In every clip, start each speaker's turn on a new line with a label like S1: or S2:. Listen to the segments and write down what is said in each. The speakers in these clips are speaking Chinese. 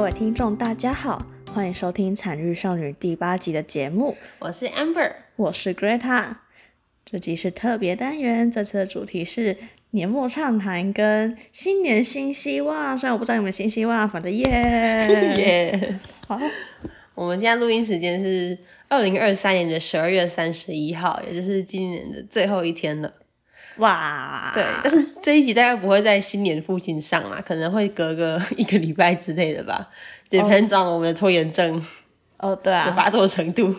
S1: 位听众，大家好，欢迎收听《惨日少女》第八集的节目，
S2: 我是 Amber，
S1: 我是 Greta。这集是特别单元，这次的主题是年末畅谈跟新年新希望。虽然我不知道有没有新希望，反正耶
S2: 耶！
S1: 好，
S2: 我们现在录音时间是二零二三年的十二月三十一号，也就是今年的最后一天了。
S1: 哇，
S2: 对，但是这一集大概不会在新年附近上啦，可能会隔个一个礼拜之类的吧，就
S1: 哦
S2: d 照我们的拖延症
S1: 哦对
S2: 的
S1: 啊，
S2: 发作程度。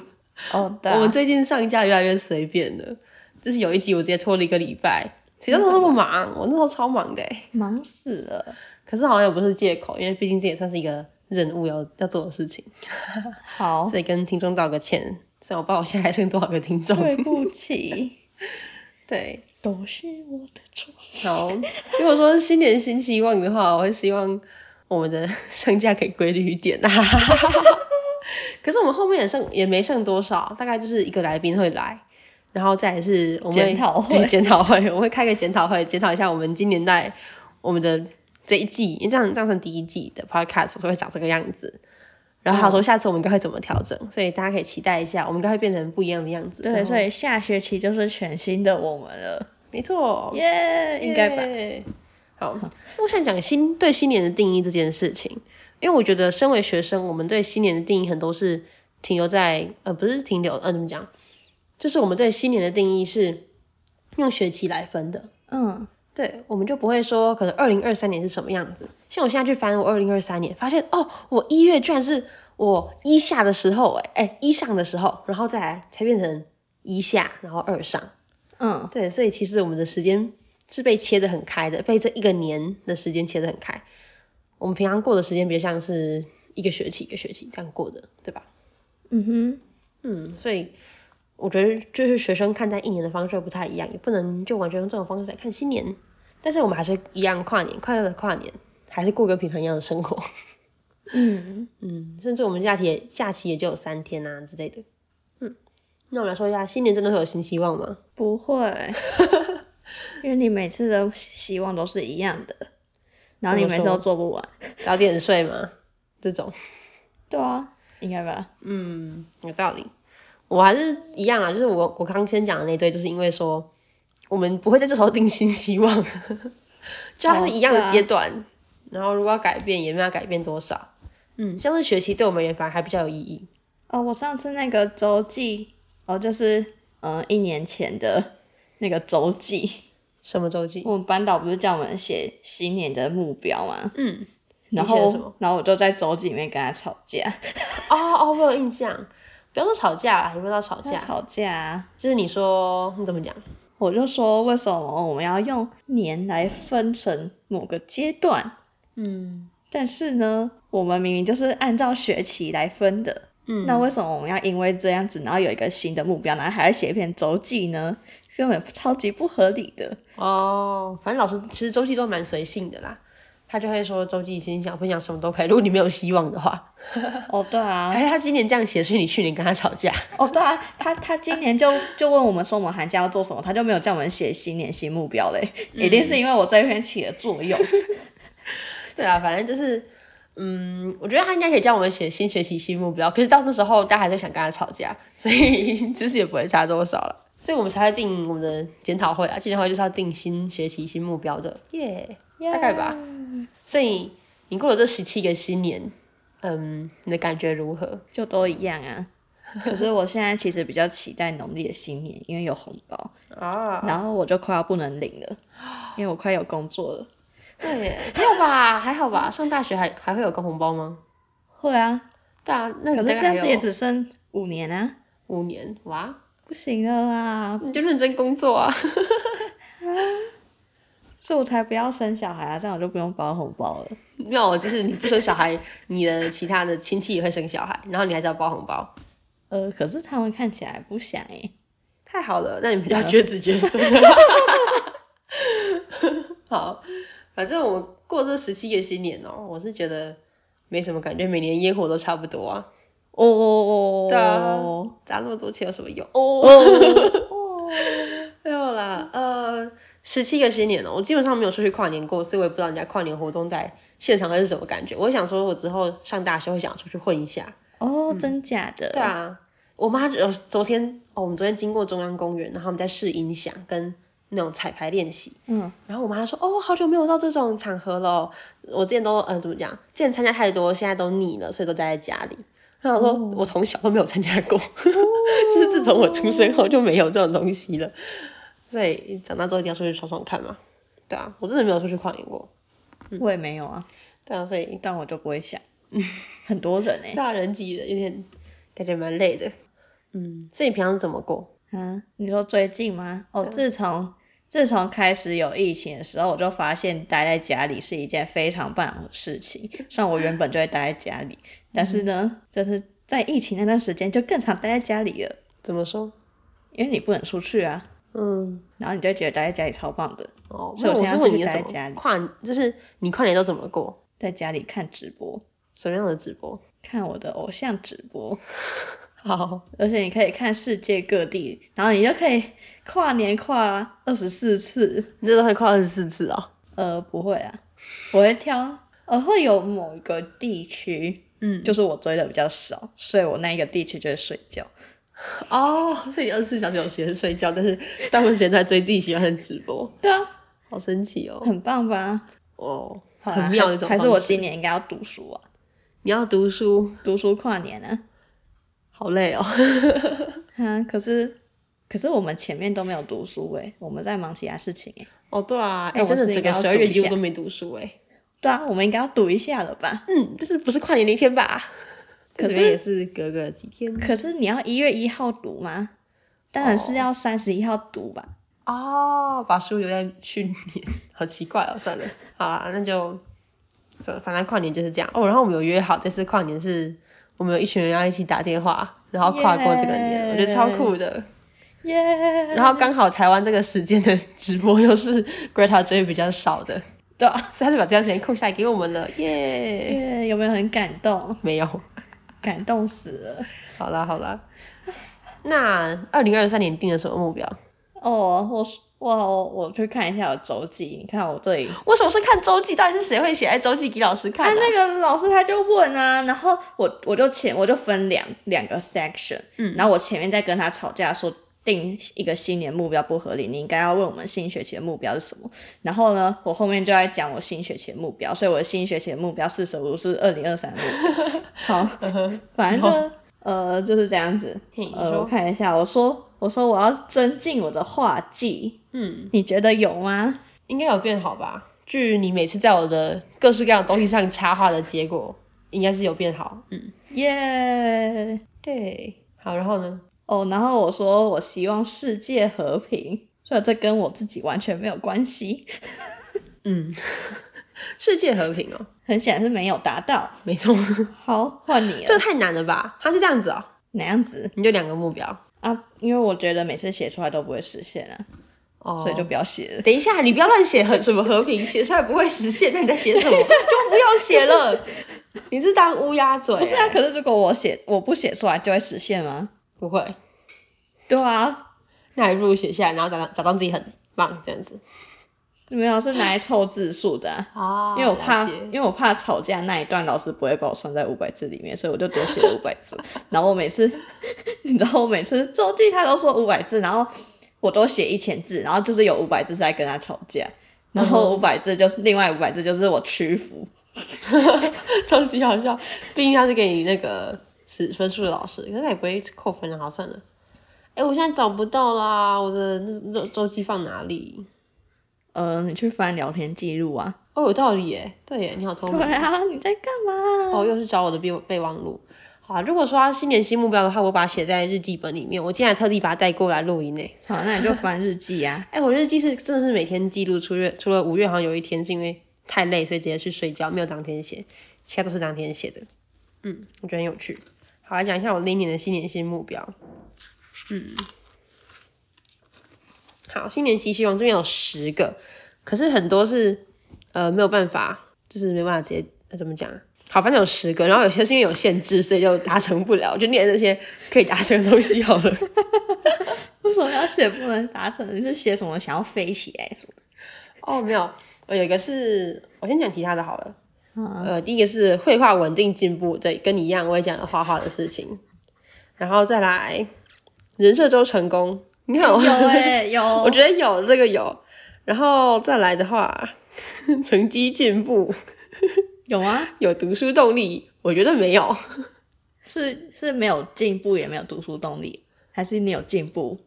S1: 哦对
S2: 我们
S1: 啊，
S2: 最近上架越来越随便了，就是有一集我直接拖了一个礼拜，谁叫我那么
S1: 嗯
S2: 忙？我那时候超忙的、欸，
S1: 忙死了。
S2: 可是好像也不是借口，因为毕竟这也算是一个任务要要做的事情。
S1: 好，
S2: 所以跟听众道个歉。虽然我不知道我现在还剩多少个听众。
S1: 对不起，
S2: 对，
S1: 都是我的错。
S2: 好。如果说新年新希望的话，我会希望我们的 上架可以规律一点啊。 可是我们后面也剩也没剩多少，大概就是一个来宾会来，然后再来是我们
S1: 检讨会
S2: 对检讨会，我们会开个检讨会，检讨一下我们今年在我们的这一季，因为这样这样算第一季的 podcast 是会长这个样子。然后他说下次我们应该会怎么调整，所以大家可以期待一下，我们应该会变成不一样的样子。
S1: 对，所以下学期就是全新的我们了，
S2: 没错，
S1: 耶、应该吧。
S2: 耶。好，那我想讲新对新年的定义这件事情，因为我觉得身为学生，我们对新年的定义很多是停留在呃，不是停留，呃，怎么讲？就是我们对新年的定义是用学期来分的。
S1: 嗯，
S2: 对，我们就不会说可能二零二三年是什么样子。像我现在去翻我二零二三年，发现哦，我一月居然是我一下的时候、哎哎一上的时候，然后再来才变成一下，然后二上。
S1: 嗯，
S2: 对，所以其实我们的时间是被切得很开的，被这一个年的时间切得很开。我们平常过的时间，比较像是一个学期一个学期这样过的，对吧？
S1: 嗯哼，
S2: 嗯，所以我觉得就是学生看待一年的方式不太一样，也不能就完全用这种方式来看新年。但是我们还是一样跨年，快乐的跨年，还是过跟平常一样的生活。
S1: 嗯，
S2: 嗯，甚至我们假期也假期也就有三天啊之类的。嗯，那我们来说一下，新年真的会有新希望吗？
S1: 不会，因为你每次的希望都是一样的，然后你
S2: 怎么
S1: 每次都
S2: 说
S1: 做不完。
S2: 早点睡吗？这种。
S1: 对啊，应该吧。
S2: 嗯，有道理。我还是一样啊，就是我我刚先讲的那一堆，就是因为说我们不会在这时候定新希望， 就它是一样
S1: 哦对
S2: 的
S1: 啊
S2: 阶段。然后如果要改变，也没有改变多少。嗯，像是学习对我们而言反而还比较有意义。
S1: 哦，我上次那个周记，哦，就是嗯、呃一年前的那个周记，
S2: 什么周记？
S1: 我们班导不是叫我们写新年的目标吗？
S2: 嗯，
S1: 然
S2: 你写了什
S1: 后
S2: 么，
S1: 然后我就在周记里面跟他吵架，
S2: 哦哦，我有印象。不要说吵架啦，也不要到吵
S1: 跟他
S2: 架，
S1: 吵架、啊，
S2: 就是你说你怎么讲？
S1: 我就说为什么我们要用年来分成某个阶段？
S2: 嗯
S1: 但是呢，我们明明就是按照学期来分的，
S2: 嗯，
S1: 那为什么我们要因为这样子，然后有一个新的目标，然后还要写一篇周记呢？根本超级不合理 的。
S2: 哦，反正老师其实周记都蛮随性的啦，他就会说周记心想分享什么都可以，如果你没有希望的话。
S1: 哦，对啊，
S2: 哎，他今年这样写，所以你去年跟他吵 架。
S1: 哦，对啊，他他今年就就问我们说我们寒假要做什么，他就没有叫我们写新年新目标嘞，
S2: 嗯
S1: 一定是因为我这一篇起了作 用。
S2: 对啊，反正就是，嗯，我觉得他应该可以叫我们写新学期新目标，可是到那时候大家还是想跟他吵架， 所以其实也不会差多少了。所以我们才会定我们的检讨会啊，检讨会就是要定新学期新目标的，耶、大概吧。所以你过了这十七个新年，嗯，你的感觉如何？
S1: 就都一样啊。可是我现在其实比较期待农历的新年，因为有红包，
S2: 啊，
S1: 然后我就快要不能领了，因为我快有工作了。
S2: 对耶，还好吧，还好吧。上大学还还会有个红包吗？
S1: 会啊，
S2: 对啊，那
S1: 可
S2: 你
S1: 是
S2: 大
S1: 这
S2: 概
S1: 样
S2: 还
S1: 子也
S2: 有
S1: 只剩五年啊，
S2: 五年哇。
S1: 不行了啊啦，
S2: 你就认真工作啊。
S1: 所以我才不要生小孩啊，这样我就不用包红包了。
S2: 没有，就是你不生小孩，你的其他的亲戚也会生小孩，然后你还是要包红包。
S1: 呃，可是他们看起来不想欸诶、
S2: 太好了，那你们要绝子绝孙。 好，反正我过这十七个新年哦，我是觉得没什么感觉，每年烟火都差不多啊，
S1: 哦哦
S2: 对
S1: 哦
S2: 啊砸那么多钱有什么用？哦，
S1: 哦，
S2: 没有啦，呃，十七个新年哦、我基本上没有出去跨年过，所以我也不知道人家跨年活动在现场会是什么感觉。我想说，我之后上大学会想出去混一下。
S1: 哦，真假的？
S2: 对啊，我妈有昨天哦，我们昨天经过中央公园，然后我们在试音响跟那种彩排练习，
S1: 嗯，
S2: 然后我妈说：“哦，好久没有到这种场合了哦，我之前都呃怎么讲，之前参加太多，现在都腻了，所以都待在家里。”然后我说：“
S1: 哦
S2: 我从小都没有参加过， 就是自从我出生后就没有这种东西了。所以长大之后一定要出去闯闯看嘛。”对啊，我真的没有出去跨年过。
S1: 我也没有啊，
S2: 对啊，所以
S1: 但我就不会 想，很多人哎、
S2: 大人挤的有点感觉蛮累的。嗯，所以你平常是怎么过？
S1: 啊，你说最近吗？哦，自从自从开始有疫情的时候，我就发现待在家里是一件非常棒的事情。虽然我原本就会待在家里，但是呢，就是在疫情那段时间就更常待在家里了，
S2: 怎么说？
S1: 因为你不能出去啊，
S2: 嗯，
S1: 然后你就觉得待在家里超棒的，
S2: 哦，
S1: 所以
S2: 那
S1: 我
S2: 我
S1: 现在
S2: 是问
S1: 就
S2: 你
S1: 待
S2: 怎
S1: 在家
S2: 么
S1: 里
S2: 跨，就是你跨年都怎么过？
S1: 在家里看直播，
S2: 什么样的直播？
S1: 看我的偶像直播。
S2: 好，
S1: 而且你可以看世界各地，然后你就可以跨年跨二十四次。
S2: 你这都会跨二十四次哦。
S1: 呃，不会啊，我会挑，呃，会有某一个地区，
S2: 嗯，
S1: 就是我追的比较少，所以我那一个地区就会睡觉。
S2: 哦，所以二十四小时有时间睡觉，但是大部分时间在追自己喜欢的直播，
S1: 对啊，
S2: 好神奇哦！
S1: 很棒吧？
S2: 哦，
S1: 好啦
S2: 很妙的
S1: 还
S2: 一
S1: 是
S2: 种
S1: 还是我
S2: 方式
S1: 今年应该要读书啊，
S2: 你要读书，
S1: 读书跨年啊。
S2: 好累哦。
S1: 啊，可是可是我们前面都没有读书诶、我们在忙其他事情欸诶、
S2: 哦，对啊，
S1: 那
S2: 哎、
S1: 我
S2: 真的
S1: 是
S2: 整
S1: 应
S2: 个
S1: 该要
S2: 十二
S1: 读
S2: 月
S1: 一
S2: 几乎
S1: 下
S2: 都没读书哎、
S1: 对啊，我们应该要读一下了吧？
S2: 嗯，就是不是跨年那天吧？
S1: 可
S2: 这
S1: 是
S2: 边也是隔个几天
S1: 可是你要一月一号读吗？当然是要三十一号读吧。
S2: 哦，把书留在去年， 好奇怪哦，算了，好啦，那就算反正跨年就是这样哦。然后我们有约好，这次跨年是我们有一群人要一起打电话，然后跨过这个年我觉得超酷的。
S1: 耶、
S2: 然后刚好台湾这个时间的直播又是 Greta 追比较少的，
S1: 对啊，
S2: 所以他就把这段时间空下来给我们了，耶、
S1: 耶、有没有很感动？
S2: 没有，
S1: 感动死了！
S2: 好啦好啦。那二零二三年定了什么目标？
S1: 哦，我我我去看一下我周记，你看我这里。
S2: 为什么是看周记？到底是谁会写在周记给老师看、
S1: 啊，
S2: 啊？
S1: 那个老师他就问啊，然后我我就前我就分两两个 section，嗯，然后我前面在跟他吵架说定一个新年目标不合理，你应该要问我们新学期的目标是什么。然后呢，我后面就在讲我新学期的目标，所以我的新学期的目标四舍五入是二零二三 目标。好，反正就呃就是这样子
S2: 嗯嘿你。
S1: 呃，
S2: 说
S1: 我看一下，我说我说我要增进我的画技，
S2: 嗯，
S1: 你觉得有吗？
S2: 应该有变好吧？据你每次在我的各式各样的东西上插画的结果，应该是有变好。嗯，
S1: 耶、
S2: 对。好，然后呢？
S1: 哦，然后我说我希望世界和平，所以这跟我自己完全没有关系，
S2: 嗯， 世界和平哦，
S1: 很显然是没有达到。
S2: 没错，
S1: 好，换你
S2: 这
S1: 了，
S2: 太难了吧？他是这样子哦，
S1: 哪样子
S2: 你就两个目标
S1: 啊？因为我觉得每次写出来都不会实现啊，
S2: 哦，
S1: 所以就不要写了。
S2: 等一下，你不要乱写和什么和平，写出来不会实现，那你在 写什么？就不要写了，你是当乌鸦嘴、
S1: 不是啊，，可是如果我写我不写出来就会实现吗？
S2: 不会，
S1: 对啊，
S2: 那还不如写下来，然后假装假装自己很棒这样子
S1: 没有是拿来凑字数的、啊。
S2: 啊
S1: 因为我怕，因为我怕吵架那一段老师不会把我算在五百字里面，所以我就多写了五百字。然后我每次， 你知道我每次周记他都说五百字，然后我都写一千字，然后就是有五百字是在跟他吵架，然后五百字就是另外五百字就是我屈服。
S2: 超级好笑。毕竟他是给你那个是分数的老师，可是他也不会扣分啊。好，算了。哎、我现在找不到啦，我的那周周记放哪里？
S1: 呃，你去翻聊天记录啊？
S2: 哦，有道理耶，对耶，你好聪
S1: 对
S2: 明。
S1: 啊，你在干嘛？
S2: 哦，又是找我的备备忘录。好啊，如果说他新年新目标的话，我把它写在日记本里面。我今天还特地把它带过来录音呢。
S1: 好，那你就翻日记啊。
S2: 哎、我日记是真的是每天记录，除了除了五月好像有一天是因为太累，所以直接去睡觉，没有当天写，其他都是当天写的。嗯，我觉得很有趣。好，来讲一下我那一年的新年新目标。嗯，好，新年新希望这边有十个，可是很多是呃没有办法，就是没办法直接、呃、怎么讲啊？好，反正有十个，然后有些是因为有限制，所以就达成不了。我就念那些可以达成的东西好了。
S1: 为什么要写不能达成？你是写什么想要飞起来什么的？
S2: 哦，没有，我有一个是，我先讲其他的好了。
S1: 嗯
S2: 呃，第一个是绘画稳定进步，对，跟你一样，我也讲了画画的事情。然后再来人设周成功，你看 我，
S1: 有哎、有，
S2: 我觉得有这个有。然后再来的话， 成绩进步，
S1: 有啊，
S2: 有读书动力，我觉得没有。
S1: 是是没有进步，也没有读书动力，还是你有进步？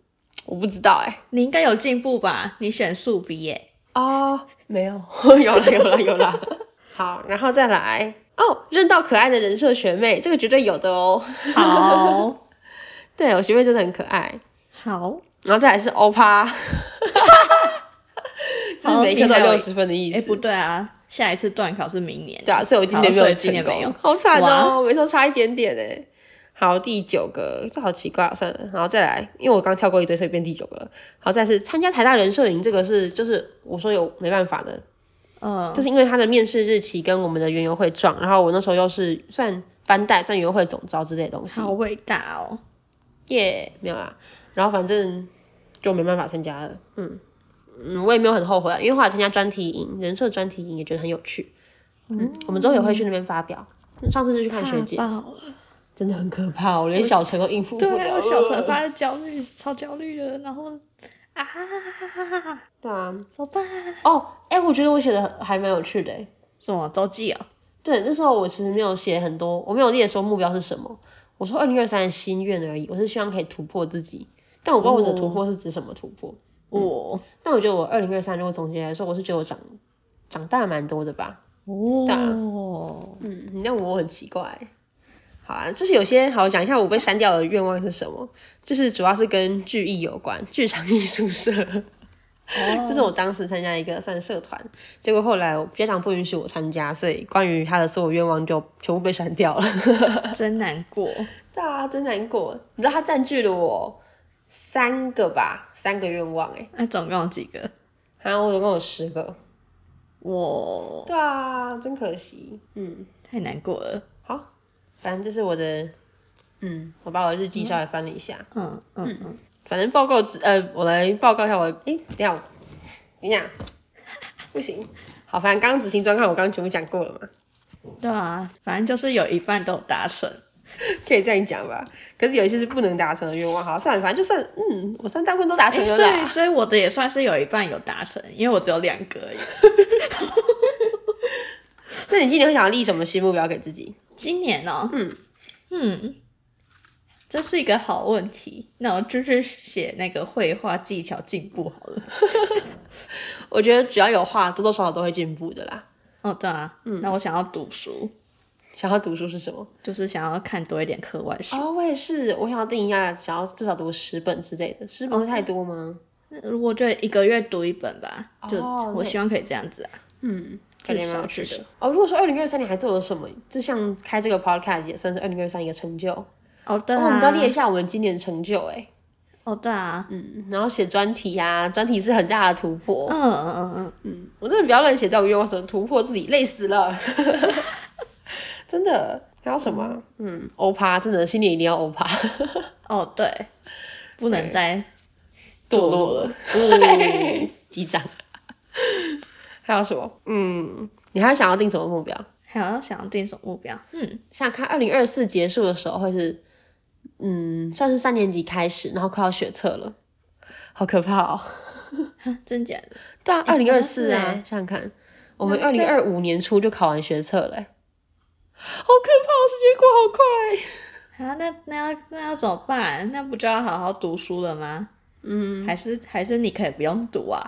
S2: 我不知道哎、
S1: 你应该有进步吧？你选数 B 耶、
S2: 哦，没有， 有了，有了，有了。 好，然后再来哦，认到可爱的人设学妹，这个绝对有的哦。
S1: 好
S2: 对我学妹真的很可爱。
S1: 好，
S2: 然后再来是欧 趴，就是每一科都六十分的意
S1: 哎、
S2: 思。
S1: 不对啊，下一次段考是明年。
S2: 对啊，所以我今年
S1: 好
S2: 没
S1: 所
S2: 有
S1: 以今
S2: 成
S1: 年没有
S2: 功，好惨哦，每次都差一点点哎。好，第九个，这好奇怪、啊，算了，然后再来，因为我刚跳过一堆，所以变第九个了。好，再来是参加台大人摄影，这个是就是我说有没办法的，
S1: 嗯，
S2: 就是因为他的面试日期跟我们的园游会撞，然后我那时候又是算班带，算园游会总招之类的东西，
S1: 好伟大哦，
S2: 耶、没有啦。然后反正就没办法参加了，嗯嗯，我也没有很后悔啊，因为后来参加专题营，人设专题营也觉得很有趣，嗯，我们之后也会去那边发表。上次是去看学姐，
S1: 怕爆了。
S2: 真的很可怕，我连小陈都应付不
S1: 对
S2: 了
S1: 啊，
S2: 了。
S1: 我小时候发的焦虑，超焦虑的，然后啊，
S2: 对啊，
S1: 怎么办？
S2: 哦，哎、我觉得我写的还蛮有趣的、欸。
S1: 什么周记啊？
S2: 对，那时候我其实没有写很多，我没有列说目标是什么，我说二零二三的心愿而已，我是希望可以突破自己，但我不知道我的突破是指什么突破。
S1: 我
S2: 但我觉得我二零二三如果总结来说，我是觉得我长长大蛮多的吧。
S1: 哦，
S2: 嗯，你让我很奇怪欸。好啊，就是有些好我讲一下我被删掉的愿望是什么，就是主要是跟剧艺有关，剧场艺术社。
S1: 哦
S2: 这是我当时参加一个算社团，结果后来我家长不允许我参加，所以关于他的所有愿望就全部被删掉了。
S1: 真难过。
S2: 对啊，真难过。你知道他占据了我三个吧，三个愿望哎、
S1: 那、总共有几个？
S2: 欸，啊，我总共有十个。
S1: 我
S2: 对啊，真可惜。嗯，
S1: 太难过了。
S2: 好，反正这是我的，嗯，我把我的日记稍微翻了一下。
S1: 嗯嗯嗯，
S2: 反正报告只呃，我来报告一下我，诶，等一下我，等一下，不行。好，反正刚刚执行专看我刚刚全部讲过了嘛，
S1: 对啊，反正就是有一半都有达成。
S2: 可以这样讲吧。可是有一些是不能达成的愿望，好，算了，反正就算，嗯，我算大部分都达成
S1: 诶
S2: 了
S1: 所
S2: 啦。
S1: 以所以我的也算是有一半有达成，因为我只有两个而已。
S2: 那你今年会想要立什么新目标给自己？
S1: 今年哦，
S2: 嗯
S1: 嗯，这是一个好问题。那我就是写那个绘画技巧进步好了。
S2: 我觉得只要有画，多多少少都会进步的啦。
S1: 哦，对啊，
S2: 嗯
S1: 那我想要读书，
S2: 想要读书是什么？
S1: 就是想要看多一点课外书。
S2: 哦，我也是，我想要定一下，想要至少读十本之类的。十本会太多吗？
S1: 那如果就一个月读一本吧，就
S2: 哦
S1: 我
S2: 对
S1: 希望可以这样子啊。
S2: 嗯，
S1: 至
S2: 感觉蛮有
S1: 少
S2: 趣
S1: 至
S2: 的。哦，如果说二零二三年还做了什么，就像开这个 podcast 也算是二零二三一个成就。
S1: 哦，对
S2: 哦，我们都要列一
S1: 啊，
S2: 下我们今年的成就，哎，
S1: 哦，对啊，
S2: 嗯，然后写专题啊，专题是很大的突破。
S1: 嗯嗯嗯
S2: 嗯，我真的比较乱写这种愿望，什么突破自己，累死了。 真的，还有什么啊？嗯，欧趴真的，新年一定要欧趴，
S1: 嗯，哦，对，不能再
S2: 堕落 了。哦
S1: 嗯
S2: 机长。还有什么？嗯，你还想要定什么目标？
S1: 还有要想要定什么目标？嗯，
S2: 想想看，二零二四结束的时候会是，嗯，算是三年级开始，然后快要学测了，好可怕哦。
S1: 哈真假的？
S2: 对啊，
S1: 诶
S2: 二零
S1: 哎好
S2: 二
S1: 像是
S2: 四啊，
S1: 诶
S2: 想想看，我们
S1: 那
S2: 二零二五年初就考完学测了、诶欸好可怕哦，时间过好快。
S1: 啊，那那要那要怎么办？那不就要好好读书了吗？
S2: 嗯，
S1: 还是还是你可以不用读啊？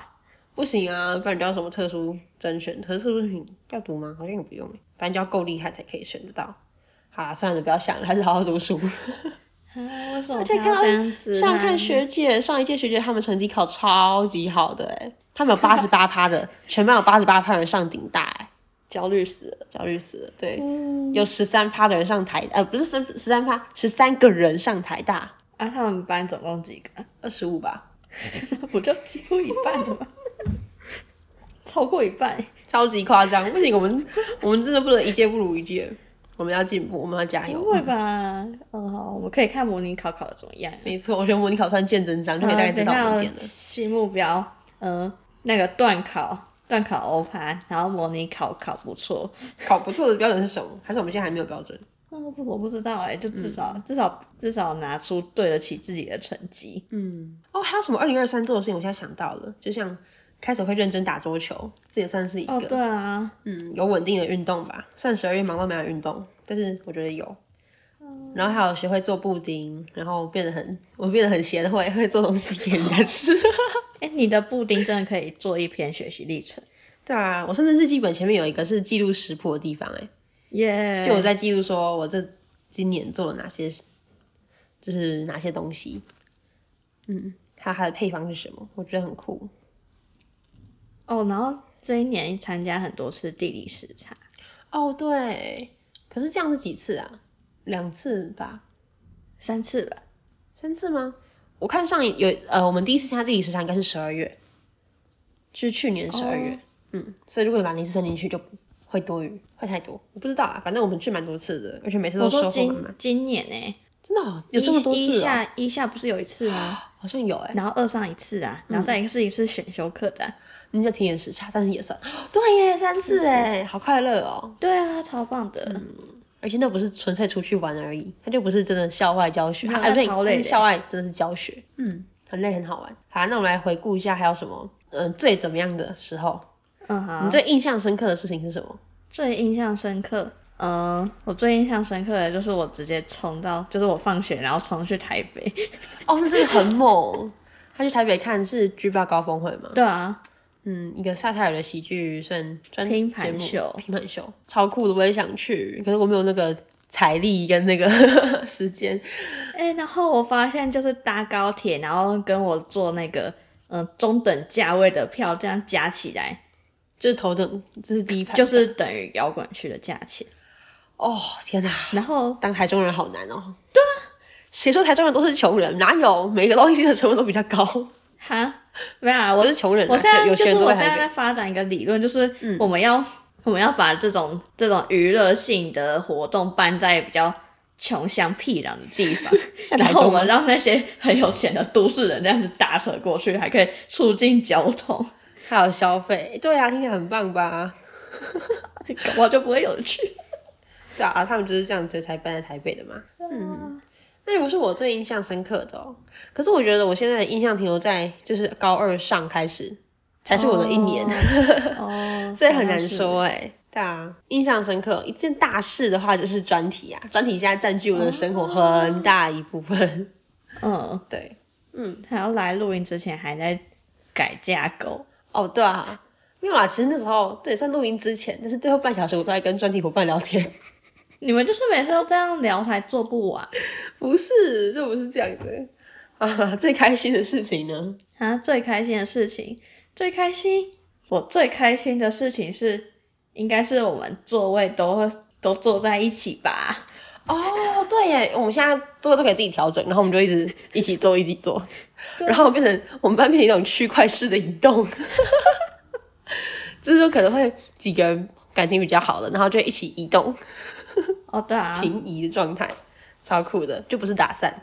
S2: 不行啊，不然就要什么特殊甄选，特殊甄选要读吗？好像也不用、欸，反正就要够厉害才可以选得到。好啦，算了，不要想了，还是好好读书。
S1: 啊，为什么
S2: 就看
S1: 他要
S2: 到
S1: 这样子啊？
S2: 上看学姐，上一届学姐她们成绩考超级好的、欸，她们有八十八趴的，全班有八十八趴人上顶大、欸，
S1: 焦虑死了。
S2: 焦虑死了。对，
S1: 嗯，
S2: 有十三趴的人上台，呃，不是十十三趴，十三个人上台大，
S1: 啊，他们班总共几个？
S2: 二十五吧，
S1: 不就几乎一半了吗？ 超过一半欸。
S2: 超级夸张。不行，我们我们真的不能一届不如一届，我们要进步，我们要加
S1: 不
S2: 油。
S1: 会吧？哦，好，我们可以看模拟考考的怎么样啊。
S2: 没错，我觉得模拟考算见真章，就可以大概
S1: 呃，等
S2: 至
S1: 一
S2: 少
S1: 下
S2: 五
S1: 哦
S2: 点了。
S1: 新目标，呃，那个段考段考欧趴，然后模拟考考不错。
S2: 考不错的标准是什么？还是我们现在还没有标准？
S1: 哦不，我不知道哎、就至少、
S2: 嗯
S1: 至少至少拿出对得起自己的成绩。
S2: 嗯，哦，还有什么二零二三做的事情？我现在想到了，就像开始会认真打桌球，这也算是一个，
S1: 哦，对啊，
S2: 嗯，有稳定的运动吧。虽然十二月忙到没有运动，但是我觉得有。然后还有学会做布丁，然后变得很，我变得很贤惠，会做东西给人家吃。
S1: 哎、你的布丁真的可以做一篇学习历程，
S2: 对啊，我甚至日记本前面有一个是记录食谱的地方、欸，
S1: 耶、
S2: 就我在记录说我这今年做了哪些，就是哪些东西，嗯，还有它的配方是什么，我觉得很酷。
S1: 哦，然后这一年参加很多次地理视察，
S2: 哦，对，可是这样是几次啊？两次吧？
S1: 三次吧。
S2: 三次吗？我看上一有呃，我们第一次参加地理时长应该是十二月，就是去年十二月，
S1: 哦
S2: 嗯，所以如果你把零次算进去就会多余，会太多，我不知道啊，反正我们去蛮多次的，而且每次
S1: 我
S2: 都收
S1: 说
S2: 获
S1: 今
S2: 满满，
S1: 今年呢、欸，
S2: 真的、哦、有这么多
S1: 一一
S2: 次啊、
S1: 下一下不是有一次吗？
S2: 好像有哎、
S1: 然后二上一次啊，然后
S2: 嗯
S1: 再一个是一次选修课的啊、
S2: 那叫田野时差，但是也算 对耶，三次哎，好快乐哦！
S1: 对啊，超棒的。
S2: 嗯而且那不是纯粹出去玩而已，它就不是真的校外教学，
S1: 没有
S2: 哎，
S1: 那
S2: 不对，
S1: 超累
S2: 它
S1: 的
S2: 是校外真的是教学，嗯，很累很好玩。好，啊那我们来回顾一下还有什么，嗯、最怎么样的时候，
S1: 嗯，好。
S2: 你最印象深刻的事情是什么？
S1: 最印象深刻，嗯，我最印象深刻的就是我直接冲到，就是我放学然后冲去台北。
S2: 哦，那真的很猛。 他去台北看是 G 八高峰会吗？
S1: 对啊，
S2: 嗯，一个萨泰尔的喜剧算专
S1: 拼盘
S2: 节目
S1: 秀
S2: 拼盘秀超酷的，我也想去，可是我没有那个财力跟那个 时间。
S1: 哎、然后我发现就是搭高铁，然后跟我坐那个嗯中等价位的票，这样加起 来
S2: 就是头等，这是第一排，
S1: 就是等于摇滚区的价钱。
S2: 哦天哪，
S1: 然后
S2: 当台中人好难哦。对啊，谁说台中人都是穷人？哪有？每个东西的成本都比较高，
S1: 哈，没有、啊，
S2: 我
S1: 我
S2: 是穷人啊，
S1: 我现在
S2: 有
S1: 就
S2: 钱
S1: 是
S2: 人都
S1: 我现
S2: 在
S1: 在
S2: 台
S1: 在
S2: 北。，
S1: 发展一个理论，就是我们要、我们要把这种这种娱乐性的活动办在比较穷乡僻壤的地方
S2: 像台
S1: 然后我
S2: 中啊吗
S1: 们让那些很有钱的都市人这样子搭车过去，还可以促进交通，
S2: 还有消费，对啊，听起来很棒吧？
S1: 搞不好就不会有人去。
S2: 对啊，他们就是这样子才搬来台北的嘛。
S1: 嗯，
S2: 那如果是我最印象深刻的哦，可是我觉得我现在的印象停留在就是高二上开始，才是我的一年，
S1: 哦，
S2: 所以很难说哎、对啊，印象深刻一件大事的话就是专题啊，专题现在占据我的生活
S1: 哦
S2: 很大一部分。
S1: 好像是。嗯，
S2: 对，
S1: 还要来录音之前还在改架构。
S2: 哦对啊，没有啦，其实那时候对在录音之前，但是最后半小时我都在跟专题伙伴聊天。
S1: 你们就是每次都这样聊才做不完
S2: 不是，这不是这样的啊， 最开心的事情呢？
S1: 啊！最开心的事情，最开心，我最开心的事情是，应该是我们座位都会都坐在一起吧？
S2: 哦，对耶，我们现在座位都可以自己调整，然后我们就一直一起坐，一起坐，
S1: 对
S2: 然后变成我们班变成一种区块式的移动， 就是说可能会几个人感情比较好的，然后就一起移动，
S1: 哦，对啊，
S2: 平移的状态，超酷的，就不是打散。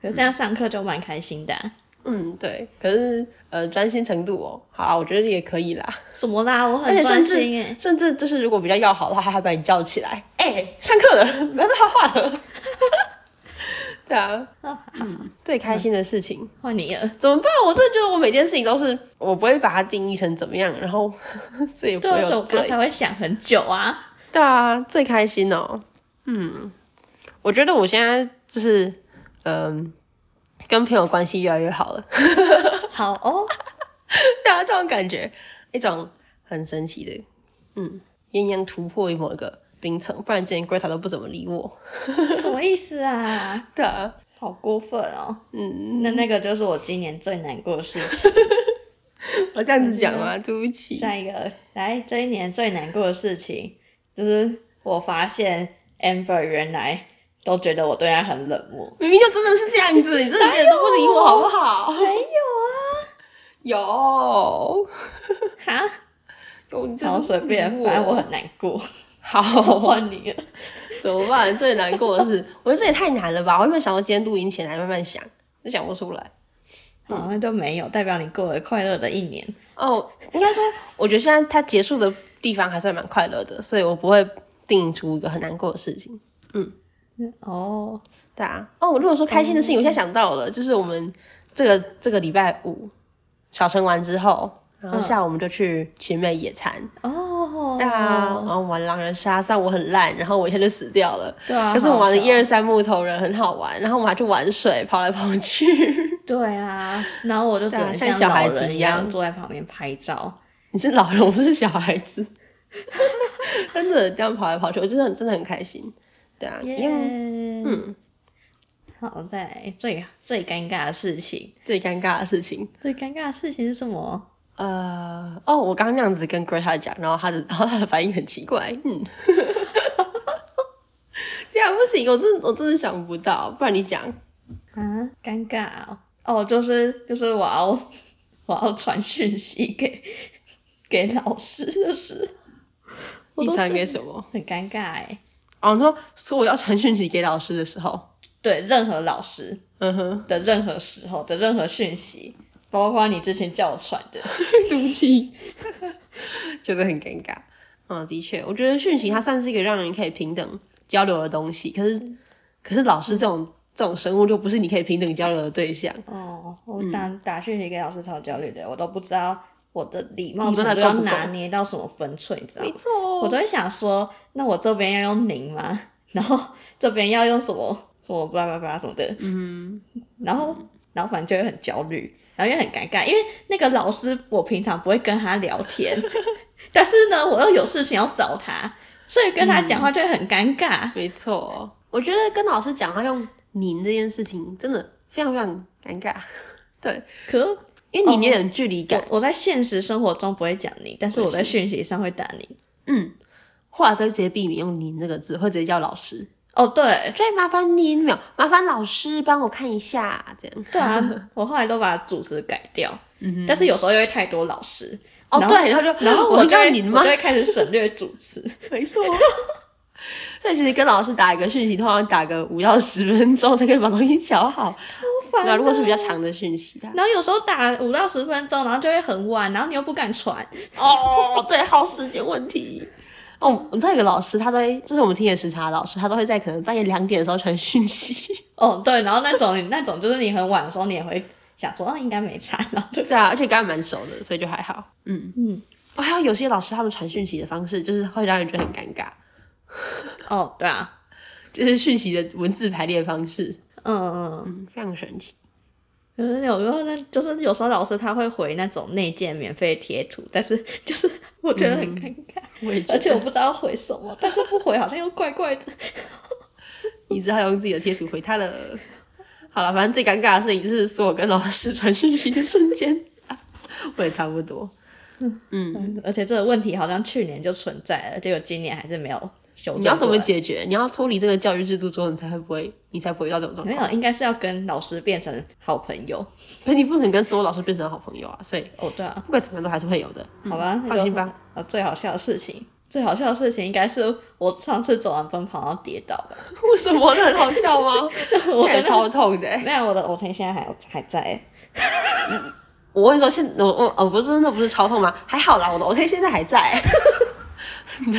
S1: 可是这样上课就蛮开心的啊、
S2: 嗯，对，可是呃，专心程度哦，好啊，我觉得也可以啦。
S1: 什么啦？我
S2: 而
S1: 很
S2: 且甚
S1: 专心
S2: 至
S1: 诶，
S2: 甚至就是如果比较要好的话，他还把你叫起来，哎、上课了， 不要再画画了。对啊，
S1: 哦
S2: 嗯，最开心的事情
S1: 换你了。
S2: 怎么办？我真的觉得我每件事情都是我不会把它定义成怎么样，然后 所以也不
S1: 对
S2: 会
S1: 啊，所以
S2: 有
S1: 我刚
S2: 罪。
S1: 才会想很久啊。
S2: 对啊，最开心哦。嗯，我觉得我现在就是嗯、跟朋友关系越来越好了，
S1: 好哦，
S2: 对啊，这种感觉，一种很神奇的，嗯，鸳鸯突破某一个冰层，不然之前 Greta 都不怎么理我。
S1: 什么意思啊？
S2: 对啊，
S1: 好过分哦！
S2: 嗯，
S1: 那那个就是我今年最难过的事情。
S2: 我这样子讲吗？对不起。
S1: 下一个，来，这一年最难过的事情就是我发现 Amber 原来都觉得我对他很冷漠。
S2: 明明就真的是这样 子，你真的一点都不理我，好不好？
S1: 没有
S2: 有，
S1: 啊， 哈，
S2: 有，你真
S1: 好
S2: 的是
S1: 随
S2: 不理
S1: 便，反正我很难过。我
S2: 好，
S1: 换你了，
S2: 怎么办？最难过的是， 我觉得这也太难了吧！我原本想到今天录音前来慢慢想，就想不出来。
S1: 好像都没有，代表你过了快乐的一年。
S2: 哦，应该说，我觉得现在它结束的地方还算蛮快乐的，所以我不会定出一个很难过的事情。
S1: 哦，
S2: 对啊，哦，如果说开心的事情，
S1: 嗯
S2: 我现在想到了，就是我们这个这个礼拜五小城完之后，然后
S1: 嗯
S2: 下午我们就去群美野餐，
S1: 哦，
S2: 对啊，然后玩狼人杀，虽然我很烂，然后我一下就死掉了，
S1: 对啊，
S2: 可是我
S1: 好
S2: 玩了
S1: 笑
S2: 一二三木头人很好玩，然后我们还去玩水，跑来跑去。
S1: 对啊，然后我就只
S2: 对啊
S1: 能
S2: 像小
S1: 老
S2: 孩子
S1: 人
S2: 一
S1: 一
S2: 样
S1: 样坐在旁边拍照。
S2: 你是老人，我是小孩子， 真的这样跑来跑去，我真的很真的很开心。对啊，
S1: 耶、
S2: 因为嗯，
S1: 好，再来最最尴尬的事情，
S2: 最尴尬的事情，
S1: 最尴尬的事情是什么？
S2: 呃，哦，我刚刚那样子跟 Greta 讲，然后他的，然 后他的反应很奇怪，嗯， 这样不行，我真我真的想不到，不然你讲，
S1: 啊，尴尬哦，哦，就是就是我要 我要传讯息给 给老师的时候，我
S2: 你
S1: 都
S2: 传给什么？
S1: 很尴尬哎。
S2: 哦，你说说我要传讯息给老师的时候，
S1: 对，任何老师
S2: 嗯哼，
S1: 的任何时候的任何讯息，包括你之前叫我传的，
S2: 对不起，就是很尴尬。嗯，的确，我觉得讯息它算是一个让人可以平等交流的东西，可是可是老师这种、这种生物就不是你可以平等交流的对象。
S1: 哦，我
S2: 嗯
S1: 打、打讯息给老师超焦虑的，我都不知道我的礼貌
S2: 你
S1: 程
S2: 真的
S1: 度要
S2: 够不够
S1: 拿捏到什么分寸，你知道吗？
S2: 错，
S1: 我都会想说，那我这边要用您吗？ 然后这边要用什么什么巴拉巴拉什么的，
S2: 嗯。
S1: 然后然后反正就会很焦虑，然后又很尴尬，因为那个老师我平常不会跟他聊天， 但是呢，我又有事情要找他，所以跟他讲
S2: 嗯
S1: 话就会很尴尬。
S2: 没
S1: 哦
S2: 错，我觉得跟老师讲话用“您”这件事情真的非常非常尴尬，对，
S1: 可
S2: 因为您有点距离感，
S1: 哦我我在现实生活中不会讲你，但是我在讯息上会打你。
S2: 嗯，后来他就直接避免用“您”这个字，会直接叫老师，
S1: 哦，对
S2: 所以麻烦您没有，麻烦老师帮我看一下，这样，
S1: 对 啊，我后来都把组织改掉，
S2: 嗯
S1: 但是有时候又会太多老师，
S2: 哦
S1: 然后
S2: 对，然后就
S1: 然后
S2: 我
S1: 就
S2: 叫
S1: 会
S2: 您
S1: 我
S2: 吗
S1: 就？会开始省略主 词。
S2: 没错。所以其实跟老师打一个讯息，通常打个五到十分钟才可以把东西瞧 好。啊
S1: 烦
S2: 那如果是
S1: 的
S2: 比较长的讯息啊，
S1: 然后有时候打五到十分钟，然后就会很晚，然后你又不敢传。
S2: 哦，对，耗时间问题。哦，我知道有个老师，他都会，就是我们听的时差老师，他都会在可能半夜两点的时候传讯 息。
S1: 哦，对，然后那种 那种就是你很晚的时候，你也会想说，哦，应该没差， 然后就
S2: 对啊，而且跟他蛮熟的，所以就还好。嗯，
S1: 嗯，
S2: 哦，还有有些老师他们传讯息的方式，就是会让人觉得很尴尬，
S1: 哦，对啊，
S2: 就是讯息的文字排列方式，
S1: 嗯嗯，
S2: 嗯，非常神奇。
S1: 可是有时候呢，就是有时候老师他会回那种内建免费贴图，但是就是我觉得很尴尬，
S2: 我也觉
S1: 而且我
S2: 得，
S1: 不知道回什么，但是不回好像又怪怪的。
S2: 你只好用自己的贴图回他了。好了，反正最尴尬的事情就是所有跟老师传讯息的瞬间， 我也差不多。嗯，
S1: 而且这个问题好像去年就存在了，结果今年还是没有修正。
S2: 你要怎么？解决？你要脱离这个教育制度之后，你才会不会，你才不会遇到这种状
S1: 没
S2: 况。
S1: 有，应该是要跟老师变成好朋友。
S2: 可你不能跟所有老师变成好朋友啊，所以
S1: 哦，对啊，
S2: 不管怎么样都还是会有的。
S1: 好吧，那
S2: 嗯放
S1: 就
S2: 心吧。
S1: 啊，最好笑的事情，最好笑的事情应该是我上次走完奔跑然后跌倒吧。
S2: 为什么？那很好笑 吗？
S1: 我
S2: 感
S1: 跟
S2: 觉超痛的欸、
S1: 没有我的，我疼现在还还在。
S2: 我跟你说，现我我哦，不是真的不是超痛吗？还好啦，我的 OK 现在还在、 对，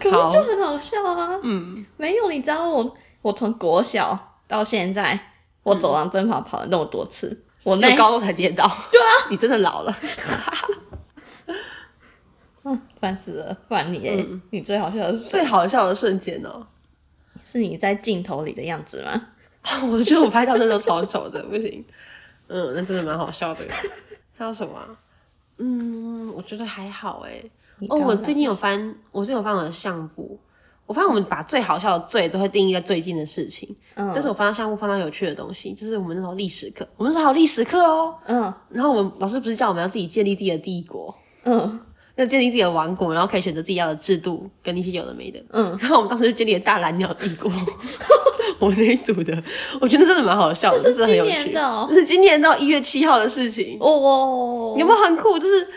S1: 可是
S2: 好
S1: 就很好笑啊！
S2: 嗯，
S1: 没有，你知道我，我从国小到现在，我走廊奔跑跑了那么多次，我那
S2: 就高中才跌倒。 对啊，你真的 老了。
S1: 嗯烦死了。不然你嘞，
S2: 嗯
S1: 你最好笑的是
S2: 最好笑的瞬间哦、
S1: 是你在镜头里的样子吗？
S2: 我觉得我拍照真的超丑的，不行。嗯，那真的蛮好笑的。还有什么啊、嗯，我觉得还好哎、
S1: 你
S2: 哦，
S1: 刚
S2: 我
S1: 刚
S2: 最近有翻，我最近有翻我的相簿。我发现我们把最好笑的最都会定义在最近的事情，
S1: 嗯，
S2: 但是我翻到相簿翻到有趣的东西，就是我们那时候历史课，我们那时候还有历史课哦。
S1: 嗯
S2: 然后我们老师不是叫我们要自己建立自己的帝国，
S1: 嗯
S2: 要建立自己的王国，然后可以选择自己要的制度跟一些有的没的。
S1: 嗯，
S2: 然后我们当时就建立了大蓝鸟帝 国，我那一组的，我觉得真的蛮好笑的，
S1: 这是
S2: 真的很有
S1: 今
S2: 趣。
S1: 年的哦
S2: 这是今年到一月七号的事情，
S1: 哦哦，
S2: 有没有很酷？就是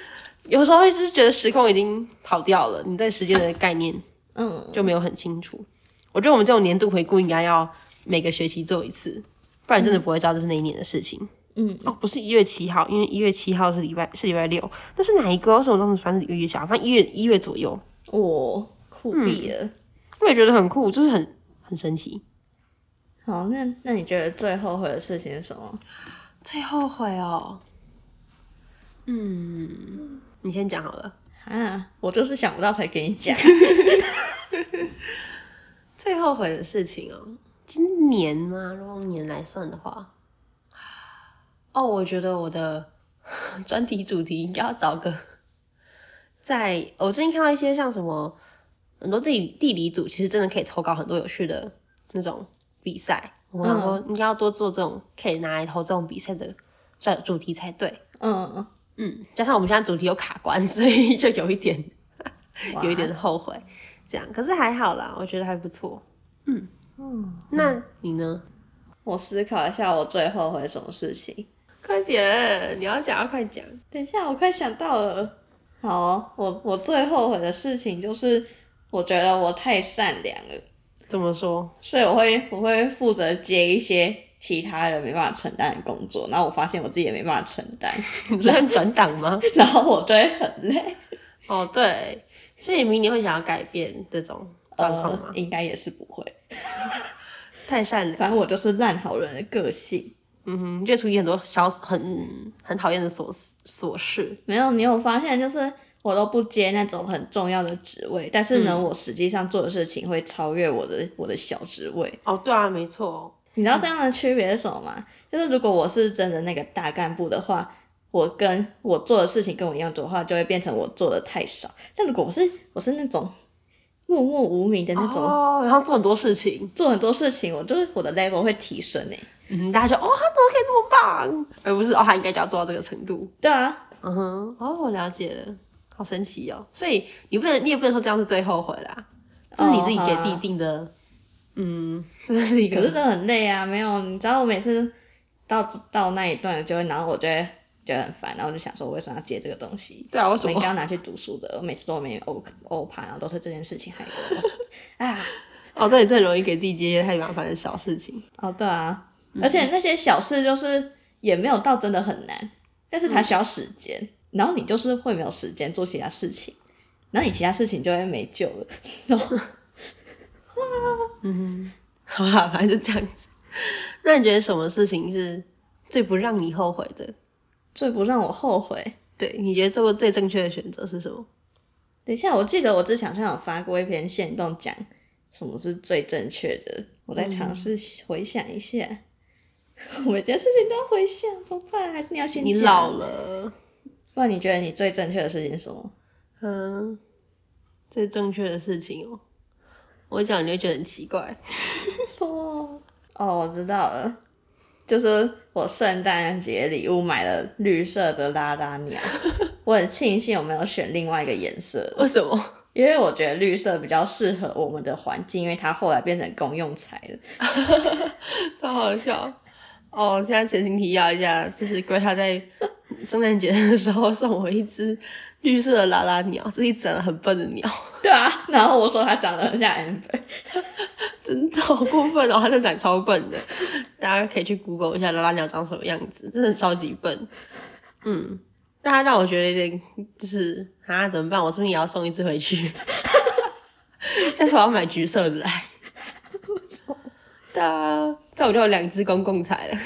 S2: 有时候会就是觉得时空已经跑掉了，你对时间的概念
S1: 嗯，
S2: 就没有很清楚。我觉嗯得我们这种年度回顾应该要每个学期做一次，不然真的不会知道这是那一年的事情。
S1: 嗯，
S2: 哦，不是一月七号，因为一月七号是礼拜是礼拜六，但是哪一个？为什么当时反正一月七号，反正一月一月左右，
S1: 我哦酷
S2: 嗯
S1: 毙了。
S2: 我也觉得很酷，就是很很神奇。
S1: 好，那那你觉得最后悔的事情是什么？
S2: 最后悔哦，嗯，你先讲好了。
S1: 啊，我就是想不到才给你讲。
S2: 最后悔的事情哦，今年吗？如果用年来算的话，哦，我觉得我的 专题主题应该要找个 在，我最近看到一些像什么很多地理地理组，其实真的可以投稿很多有趣的那种比赛。我想说，应该要多做这种可以拿来投这种比赛的专主题才对。
S1: 嗯，
S2: 嗯，加上我们现在主题有卡关， 所以就有一点
S1: 哇
S2: 有一点，后悔，这样可是还好啦，我觉得还不错。嗯，
S1: 嗯，
S2: 那你呢？
S1: 我思考一下，我最后悔什么事情？
S2: 快点，你要讲要快讲。
S1: 等一下，我快想到了。好哦、我我最后悔的事情就是，我觉得我太善良了，
S2: 怎么说？
S1: 所以我会我会负责接一些其他人没办法承担的工作，然后我发现我自己也没办法承担，
S2: 你在转档吗？
S1: 然后我就会很累。
S2: 哦，对，所以明年会想要改变这种状况吗
S1: 呃？？应该也是不会，
S2: 太善良，
S1: 反正我就是烂好人的个性。
S2: 嗯哼，就处理很多小很很讨厌的琐事琐事。
S1: 没有，你有发现就是我都不接那种很重要的职位，但是
S2: 嗯
S1: 呢，我实际上做的事情会超越我的我的小职位。
S2: 哦，对啊，没错。
S1: 你知道这样的区别是什么吗？就是如果我是真的那个大干部的话，我跟我做的事情跟我一样多的话，就会变成我做的太少。但如果我是我是那种默默无名的那种，
S2: 哦，然后做很多事情，
S1: 做很多事情，我就是我的 level 会提升欸诶、
S2: 嗯，大家就哦，他怎么可以那么棒？而不是哦，他应该就要做到这个程度。
S1: 对啊，
S2: 嗯哼，哦，我了解了，好神奇哦。所以你不能，你也不能说这样是最后悔啦，这是你自己给自己定的。嗯，这啊是一
S1: 可是
S2: 个
S1: 真的很累啊，没有，你知道我每次到到那一段就会，然后我就会觉得很烦，然后我就想说，我为什么要接这个东西？
S2: 对啊，为
S1: 我
S2: 什
S1: 应该
S2: 么？
S1: 要拿去读书的，我每次都没欧欧盘，然后都是这件事情害的。我说 啊，
S2: 哦，对，这很容易给自己接一些太麻烦的小事情。
S1: 哦对啊，
S2: 嗯
S1: 而且那些小事就是也没有到真的很难，但是
S2: 嗯
S1: 它需要时间，然后你就是会没有时间做其他事情，然后你其他事情就会没救了。然后
S2: 好啦，反正就这样子。那你觉得什么事情是最不让你后悔的？
S1: 最不让我后悔，
S2: 对，你觉得做过最正确的选择是什么？
S1: 等一下，我记得我之前好像有发过一篇线动，讲什么是最正确的。我再
S2: 嗯
S1: 尝试回想一下， 每件事情都要回想，怎么办？还是你要先
S2: 你
S1: 讲
S2: 老？了，
S1: 不然你觉得你最正确的事情是什么？
S2: 嗯，最正确的事情哦，我讲你会觉得很奇怪。
S1: 什么？哦，我知道了，就是我圣诞节礼物买了绿色的拉拉 鸟，我很庆幸我没有选另外一个颜色，
S2: 为什么？
S1: 因为我觉得绿色比较适合我们的环境，因为它后来变成公用材了。
S2: 超好笑。哦，现在前情提要一下，就是 Greta 在圣诞节的时候送我一只绿色的拉拉鸟，是一只很笨的鸟，
S1: 对啊，然后我说它长得很像 amber，
S2: 真的好过分哦！它真的长超笨的，大家可以去 Google 一下拉拉鸟长什么样子，真的超级笨。嗯，但它让我觉得有点就是啊，怎么办？我是不是也要送一只回去？下次我要买橘色的来。对啊，这样我就有两只公共财了。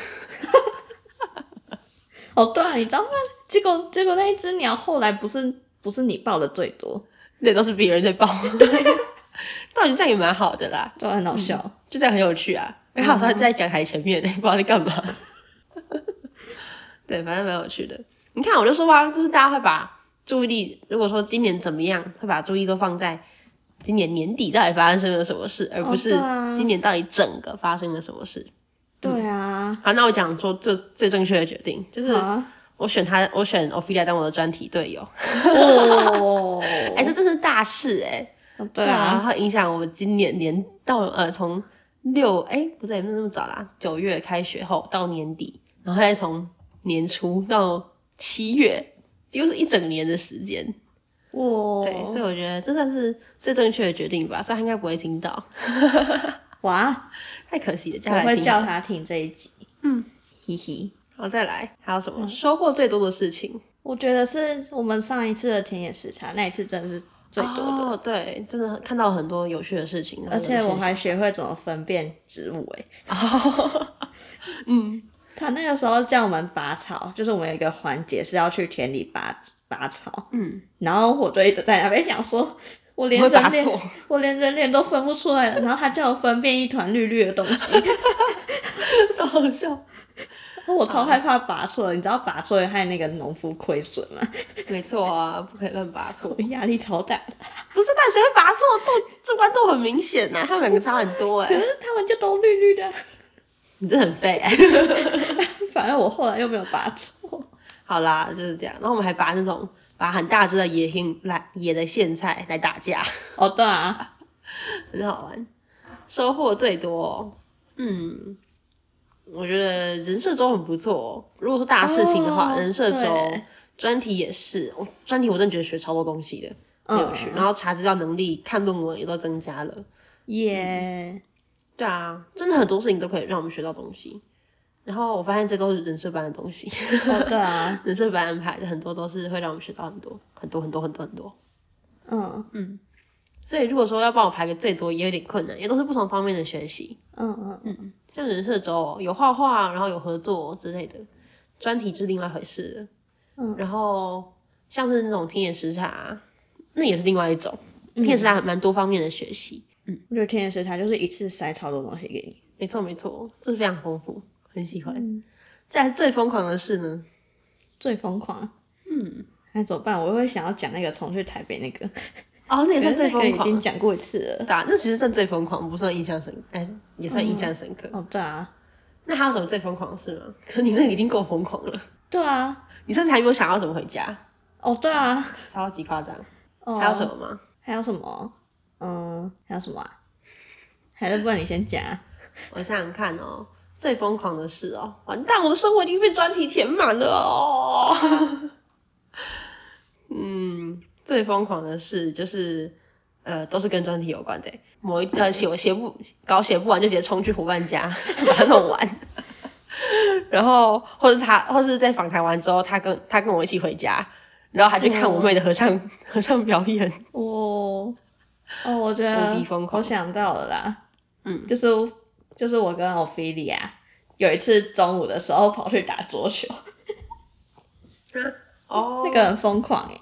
S1: 哦，对啊，你知道吗？结果结果那一只鸟后来不是不是你抱的最多，
S2: 那都是别人在报。 但我觉得这样也蛮好的啦，
S1: 对啊，很好笑。
S2: 就这样很有趣啊。因为好
S1: 嗯
S2: 像在讲台前面， 不知道在干嘛。对，反正蛮有趣的。你看，我就说吧，就是大家会把注意力，如果说今年怎么样，会把注意都放在今年年底到底发生了什么事，而不
S1: 对
S2: 是
S1: 啊
S2: 今年到底整个发生了什么事。
S1: 对啊，
S2: 好，那我讲说最最正确的决定，就是
S1: 啊，
S2: 我选他，我选 Ophelia 当我的专题队友。
S1: 哦，
S2: 哎、这真是大事哎、
S1: 哦对
S2: 啊，
S1: 啊，
S2: 它影响我们今年年到呃从六哎不对，没有那么早啦，九月开学后到年底，然后再从年初到七月，几乎是一整年的时间。
S1: 哇
S2: 对，所以我觉得这算是最正确的决定吧，虽然他应该不会听到，
S1: 哇，
S2: 太可惜了，叫
S1: 我
S2: 他来
S1: 会
S2: 听。
S1: 叫他听这一集，
S2: 嗯，
S1: 嘿嘿，
S2: 然后再来还有什
S1: 嗯
S2: 么收获最多的事情？
S1: 我觉得是我们上一次的田野时差那一次真的是最多的，
S2: 哦，对，真的看到很多有趣的事情。然后
S1: 而且
S2: 有
S1: 我
S2: 一些
S1: 还学会怎么分辨植物诶、
S2: 哦 嗯，
S1: 他那个时候叫我们拔草，就是我们有一个环节是要去田里拔拔草，
S2: 嗯，
S1: 然后我就一直在那边想说，我连
S2: 我会拔
S1: 人脸
S2: 错，
S1: 我连人脸都分不出来了，然后他叫我分辨一团绿绿的东西，
S2: 超好笑。
S1: 我超害怕拔错了，你知道拔错了害那个农夫亏损吗？
S2: 没错啊，不可以乱拔错。
S1: 我压力超大，
S2: 不是，但谁会拔错？豆这关豆很明显啊呐、他们两个差很多哎、
S1: 可是他们就都绿绿的，
S2: 你这很废、欸。
S1: 反正我后来又没有拔错。
S2: 好啦，就是这样。然后我们还拔那种拔很大只的野芹来野的苋菜来打架，
S1: 哦，对啊，
S2: 很好玩，收获最多哦、嗯，我觉得人设周很不错、哦。如果说大事情的话，
S1: 哦
S2: 人设周
S1: 对
S2: 专题也是，我专题我真的觉得学超多东西的，很有趣。
S1: 嗯，
S2: 然后查资料能力、看论文也都增加了。嗯
S1: 耶，
S2: 对啊，真的很多事情都可以让我们学到东西。然后我发现这都是人设班的东西，
S1: 哦，对啊，
S2: 人设班安排的很多都是会让我们学到很多很多很多很多很多。
S1: 嗯
S2: 嗯，所以如果说要帮我排个最多，也有点困难，也都是不同方面的学习。
S1: 嗯嗯，
S2: 像人设周有画画，然后有合作之类的，专题就是另外一回事了。
S1: 嗯
S2: 然后像是那种田野时差，那也是另外一种。
S1: 嗯
S2: 田野时差还蛮多方面的学习。
S1: 我觉得田野食它就是一次塞超多东西给你。
S2: 没错没错，这非常丰富，很喜欢。
S1: 嗯
S2: 再来最疯狂的事呢，
S1: 最疯狂。
S2: 嗯，
S1: 那怎么办？我会想要讲那个重去台北那个，
S2: 哦，那也
S1: 可是
S2: 算最
S1: 那个
S2: 疯
S1: 已经
S2: 狂。
S1: 讲过一次了。
S2: 对啊，那其实算最疯狂，不算印象深刻，但是也算印象深刻。
S1: 哦，对啊，
S2: 那还有什么最疯狂的事吗？可你那个已经够疯狂了，
S1: 对啊，
S2: 你甚至还没有想要怎么回家，
S1: 哦，对啊，
S2: 超级夸张。
S1: 哦，
S2: 还有什？么吗？
S1: 还有什么？嗯，还有什么啊？还是不然你先讲啊？
S2: 我想想看哦，最疯狂的事哦，完蛋，我的生活已经被专题填满了哦。 嗯，最疯狂的事就是，呃，都是跟专题有关的。某一呃写我写不稿写不完就直接冲去伙伴家 把它弄完， 然后或者他或是在访谈完之后，他跟他跟我一起回家，然后还去看我妹的合唱、
S1: 嗯
S2: 合唱表演。
S1: 哦，哦，我觉得
S2: 无敌疯狂
S1: 我想到了啦，
S2: 嗯，
S1: 就是就是我跟 Ophelia 有一次中午的时候跑去打桌球，
S2: 哦
S1: 那个很疯狂哎、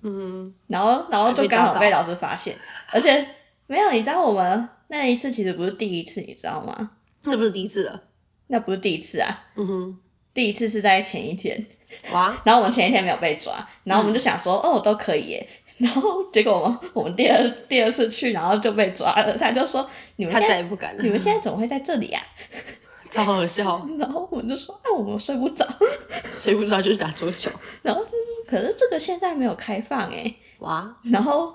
S2: 嗯，
S1: 然后然后就刚好被老师发现，而且没有，你知道我们那一次其实不是第一次，你知道吗？
S2: 那不是第一次了。
S1: 那不是第一次啊，
S2: 嗯哼，
S1: 第一次是在前一天，
S2: 哇，
S1: 然后我们前一天没有被抓，然后我们就
S2: 嗯
S1: 想说、哦都可以耶，然后结果我们我们第二第二次去，然后就被抓了，他就说你们
S2: 他
S1: 现
S2: 再
S1: 在
S2: 也不敢了。
S1: 你们现在怎么会在这里啊？
S2: 超好笑，
S1: 然后我们就说啊我们睡不着，
S2: 谁不知道就是打桌球。
S1: 然后他就说可是这个现在没有开放哎，
S2: 哇，
S1: 然后。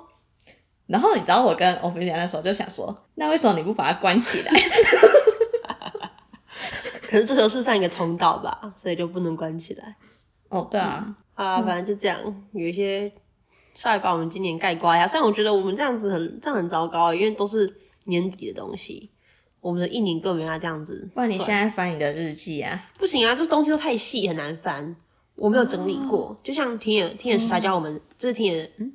S1: 然后你知道我跟欧菲利亚那时候就想说，那为什么你不把它关起来？
S2: 可是这时候是上一个通道吧，所以就不能关起来。
S1: 哦，对啊，
S2: 好啦，反正就这样，有一些稍微把我们今年盖瓜呀。虽然我觉得我们这样子很这样很糟糕，因为都是年底的东西，我们的一年根本没法这样子算。
S1: 不然你现在翻你的日记啊？
S2: 不行啊，这东西都太细，很难翻。我没有整理过，
S1: 哦
S2: 就像田野田
S1: 嗯
S2: 野时查教我们，就是田野嗯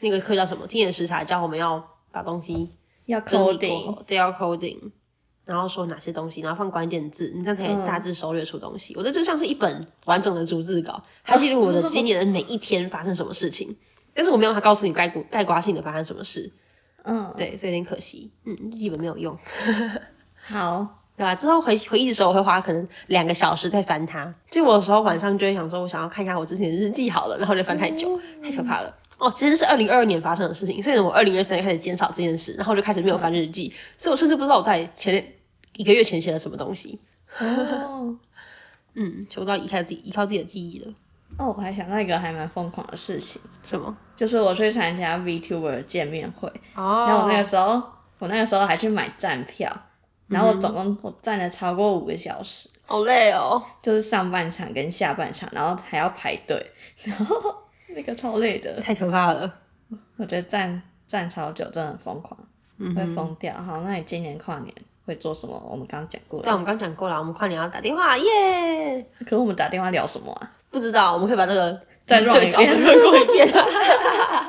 S2: 那个课叫什么？田野时查教我们要把东西
S1: 要
S2: 整理
S1: coding，
S2: 过，对，要 coding，然后说哪些东西，然后放关键字，你这样才
S1: 嗯
S2: 能大致收略出东西。我这就像是一本完整的逐字稿，它记录我的今年的每一天发生什么事情，但是我没有办法告诉你概括概括性的发生什么事，
S1: 嗯，，
S2: 对，所以有点可惜，嗯，日记本没有用，
S1: 好，
S2: 对啊吧？之后回回忆的时候，我会花可能两个小时在翻它。就我有时候晚上就会想说，我想要看一下我之前的日记好了，然后就翻太久，太可怕了。哦，其实是二零二二年发生的事情，所以呢，我二零二三年开始减少这件事，然后就开始没有翻日记，所以我甚至不知道我在前一个月前写了什么东西。
S1: 哦，
S2: 嗯，全部都要依靠自己，依靠自己的记忆了。
S1: 哦，我还想到一个还蛮疯狂的事情，
S2: 什么？
S1: 就是我去参加 VTuber 的见面会，
S2: 哦
S1: 然后我那个时候，我那个时候还去买站票，
S2: 嗯
S1: 然后我总共我站了超过五个小时，
S2: 好累哦，
S1: 就是上半场跟下半场，然后还要排队，然后那个超累的，
S2: 太可怕了。
S1: 我觉得站站超久真的很疯狂，会
S2: 嗯哼，
S1: 疯掉。好，那你今年跨年会做什么，我们刚刚讲过
S2: 对，
S1: 了。
S2: 我们刚讲过了，我们跨年要打电话，耶！
S1: 可是我们打电话聊什么啊？
S2: 不知道，我们可以把这个
S1: 再 run
S2: 对
S1: 一
S2: 角
S1: 遍
S2: 润过一遍。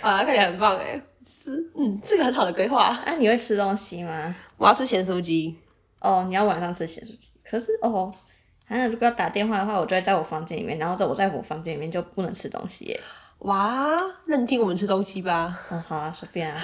S2: 好了，看起来很棒哎，是，嗯，是个很好的规划。
S1: 啊，你会吃东西吗？
S2: 我要吃咸酥鸡，
S1: 哦，你要晚上吃咸酥鸡。可是哦，啊，如果要打电话的话，我就会在我房间里面，然后在我在我房间里面就不能吃东西耶。
S2: 哇，那你请我们吃东西吧。
S1: 嗯，好啊，随便 啊。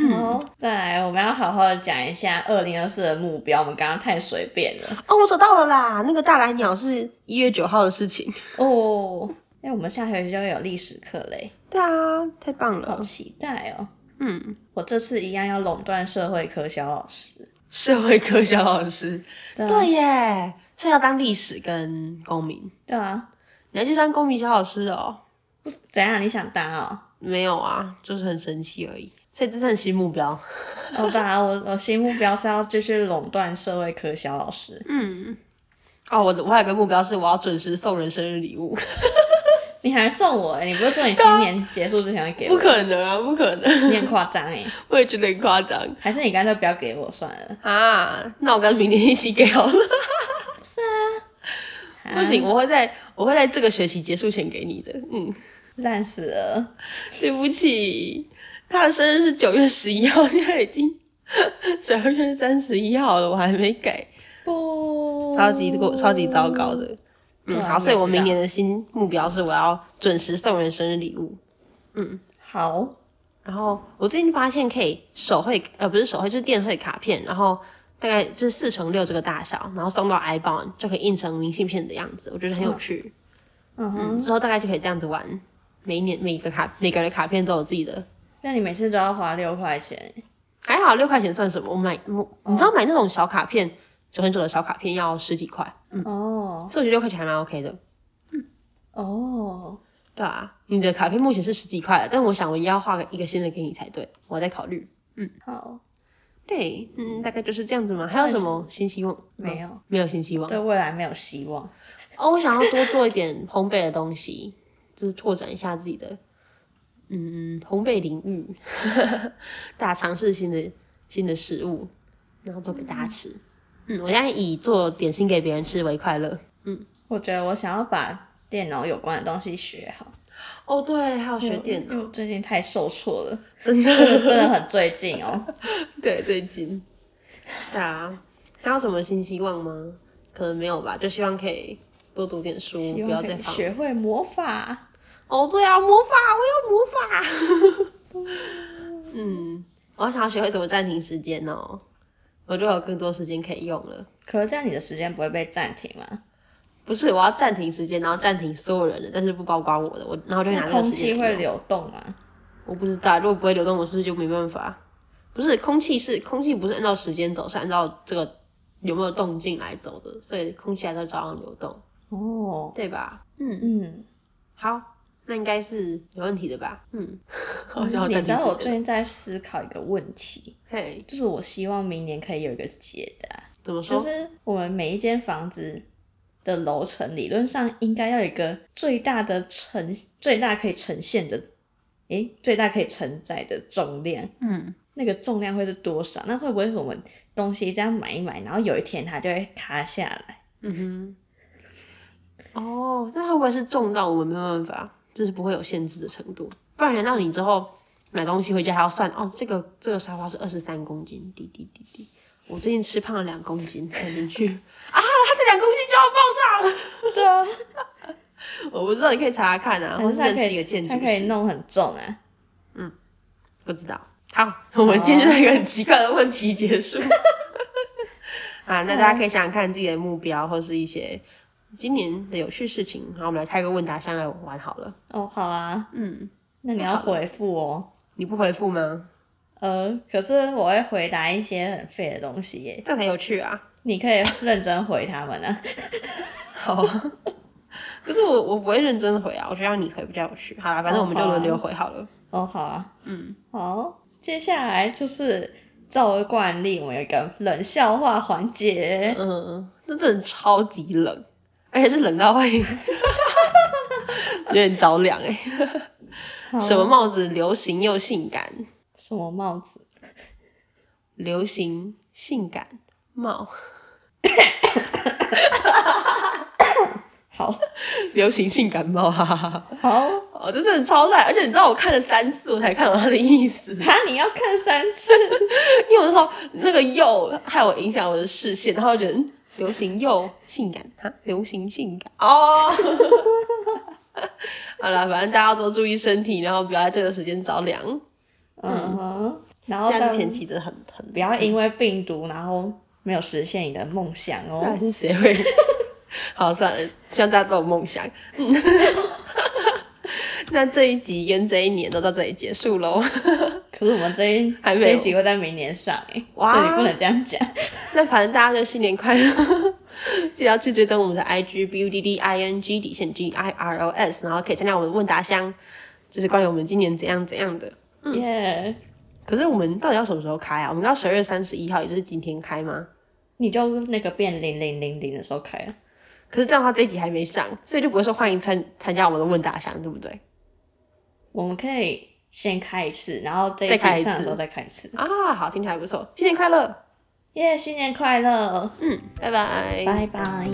S2: 嗯
S1: 好，再来，我们要好好的讲一下二零二四的目标。我们刚刚太随便了
S2: 哦，我找到了啦，那个大蓝鸟是一月九号的事情。
S1: 哦。哎、我们下学期就会有历史课嘞，
S2: 对啊，太棒
S1: 好
S2: 了。
S1: 期待哦！
S2: 嗯，
S1: 我这次一样要垄断社会科小老师。
S2: 社会科小老师，
S1: 对啊
S2: 对耶，所以要当历史跟公民，
S1: 对啊，
S2: 你要去当公民小老师哦。
S1: 怎样？你想当哦？
S2: 没有啊，就是很神奇而已。所以这是很新目标。
S1: 哦，对 啊，我我新目标是要继续垄断社会科小老师。
S2: 嗯，哦，我的我还有个目标是我要准时送人生日礼物，
S1: 你还送我、欸？你不是说你今年结束之前会给我？
S2: 不可能啊，不可能，
S1: 你很夸张哎，
S2: 我也觉得很夸张
S1: 还是你干脆不要给我算了？
S2: 啊。那我跟明年一起给好了，
S1: 啊
S2: 不行，，我会在我会在这个学期结束前给你的。嗯，
S1: 烂死了。
S2: 对不起，他的生日是九月十一号，现在已经 十二月三十一号了，我还没给，
S1: 不，
S2: 超级过超级糟糕。的。嗯，
S1: 对啊
S2: 好，所以
S1: 我
S2: 我
S1: 知道
S2: 明年的新目标是我要准时送人生日礼物。嗯。
S1: 好，
S2: 然后我最近发现可以手绘，呃，不是手绘，就是电绘卡片，然后大概是四乘六这个大小，然后送到 iBond 就可以印成明信片的样子，我觉得很有趣。
S1: 嗯
S2: 嗯，
S1: 哼，
S2: 之后大概就可以这样子玩，每一年每一个卡每个人的卡片都有自己的。
S1: 那你每次都要花六块钱，
S2: 还好六块钱算什么？我买我你
S1: 嗯
S2: 知道买那种小卡片，九很久的小卡片要十几块，嗯，
S1: 哦
S2: 所以我觉得六块钱还蛮 OK 的。
S1: 哦，
S2: 对啊，你的卡片目前是十几块了，但我想我应该要画一个新的给你才对，我在考虑。
S1: 好，
S2: 对，嗯，大概就是这样子嘛。还有什么新希望？
S1: 没有，
S2: 没有新希望。
S1: 对未来没有希望。
S2: 哦，我想要多做一点烘焙的东西，就是拓展一下自己的，嗯，烘焙领域， 大家尝试新的新的食物，然后做给大家吃。嗯，我现在以做点心给别人吃为快乐。
S1: 我觉得我想要把电脑有关的东西学好，
S2: 哦，对，还有学电
S1: 因为
S2: 脑，
S1: 我最近太受挫了，
S2: 嗯 真
S1: 真的
S2: 的，
S1: 真的很最近 哦。
S2: 对，最近。对啊，还有什么新希望吗？可能没有吧，就希望可以多读点书，
S1: 希
S2: 嗯
S1: 望
S2: 不要
S1: 可
S2: 再
S1: 以
S2: 放
S1: 学会魔法。
S2: 哦，对啊，魔法，我要魔法。 嗯，我想要学会怎么暂停时间哦，我就有更多时间可以用了。
S1: 可是这样你的时间不会被暂停吗？
S2: 不是，我要暂停时间，然后暂停所有人的，但是不包括我的，我然后就拿
S1: 那
S2: 啊这个
S1: 空
S2: 时间
S1: 气
S2: 来
S1: 会
S2: 用。
S1: 流动吗？
S2: 我不知道，如果不会流动，我是不是就没办法？不是，空气是空气，不是按照时间走，是按照这个有没有动静来走的，所以空气还在照样流动，
S1: 哦，
S2: 对吧？嗯，
S1: 嗯，
S2: 好，那应该是没问题的吧？嗯， 好想要
S1: 你
S2: 暂
S1: 知
S2: 停
S1: 道我
S2: 时
S1: 最
S2: 间。
S1: 近在思考一个问题，
S2: 嘿，
S1: 就是我希望明年可以有一个解答，
S2: 怎么
S1: 就
S2: 说？
S1: 是我们每一间房子的楼层理论上应该要有一个最大的呈最大可以呈现的，诶，最大可以承载的重量，
S2: 嗯，
S1: 那个重量会是多少？那会不会我们东西这样买一买，然后有一天它就会塌下来？
S2: 嗯哼，哦，那会不会是重到我们没办法，就是不会有限制的程度？不然难道你之后买东西回家还要算哦？这个这个沙发是二十三公斤，滴滴滴滴，我最近吃胖了两公斤，算 进去啊，它这两公斤就要爆炸
S1: 对 啊，
S2: 了。我不知道，你可以查查看啊，或
S1: 还
S2: 是
S1: 是它哎
S2: 认
S1: 可
S2: 识一个建
S1: 以
S2: 筑
S1: 它可以
S2: 师，
S1: 弄很重啊。
S2: 不知道。好，我们今天就在一个很奇怪的问题结束。 啊，那大家可以想想看自己的目标或是一些今年的有趣事情，然后我们来开个问答箱来玩好了。
S1: 哦，好啊，
S2: 嗯，
S1: 那你
S2: 太
S1: 要
S2: 好了
S1: 回复哦。
S2: 你不回复吗？
S1: 呃，可是我会回答一些很废的东西耶，
S2: 这样才有趣啊！
S1: 你可以认真回他们啊。
S2: 好， 可是我我不会认真回啊，我觉得让你回比较有趣。好啦，反正我们就轮流回好了。
S1: 哦，好啊，
S2: 嗯，
S1: 好，接下来就是照惯例，我们有一个冷笑话环节。
S2: 嗯，这真的超级冷，而且是冷到 会有点着凉哎、
S1: 好
S2: 什么帽子流行又性感？
S1: 什么帽子？
S2: 流行、性感、貌，
S1: 好
S2: 流行性感貌，哈哈哈。
S1: 好，
S2: 哦，这是很超烂，而且你知道我看了三次我才看懂他的意思，
S1: 哈，你要看三次，
S2: 因为我那时候那个又害我影响我的视线，然后人嗯流行又性感哈，流行性感哦。 好了，反正大家多注意身体，然后不要在这个时间着凉。
S1: 嗯哼，然后
S2: 现在
S1: 但
S2: 这天气真的很很
S1: 不要因为病毒然后没有实现你的梦想
S2: 到
S1: 哦
S2: 底。是谁会？好，算了，希望大家都有梦想。嗯，那这一集跟这一年都到这里结束喽。
S1: 可是我们这一
S2: 还没
S1: 这
S2: 有
S1: 一集会在明年上哎，
S2: 哇
S1: 所以你不能这样讲。
S2: 那反正大家就新年快乐， 记得要去追踪我们的 IG B U D D I N G 底线 G I R O S，然后可以参加我们的问答箱，就是关于我们今年怎样怎样的。
S1: 耶，
S2: 可是我们到底要什么时候开啊？我们要十二月三十一号，也就是今天开吗？
S1: 你就那个变零零零零的时候开啊。
S2: 可是这样的话，这一集还没上，所以就不会说欢迎参参加我们的问答箱，对不对？
S1: 我们可以先开一次，然后这一
S2: 再
S1: 集
S2: 开一
S1: 上的
S2: 次
S1: 时候再开一次。
S2: 啊，好，听起来还不错，新年快乐，
S1: 耶新年快乐，
S2: 嗯，拜拜，
S1: 拜拜。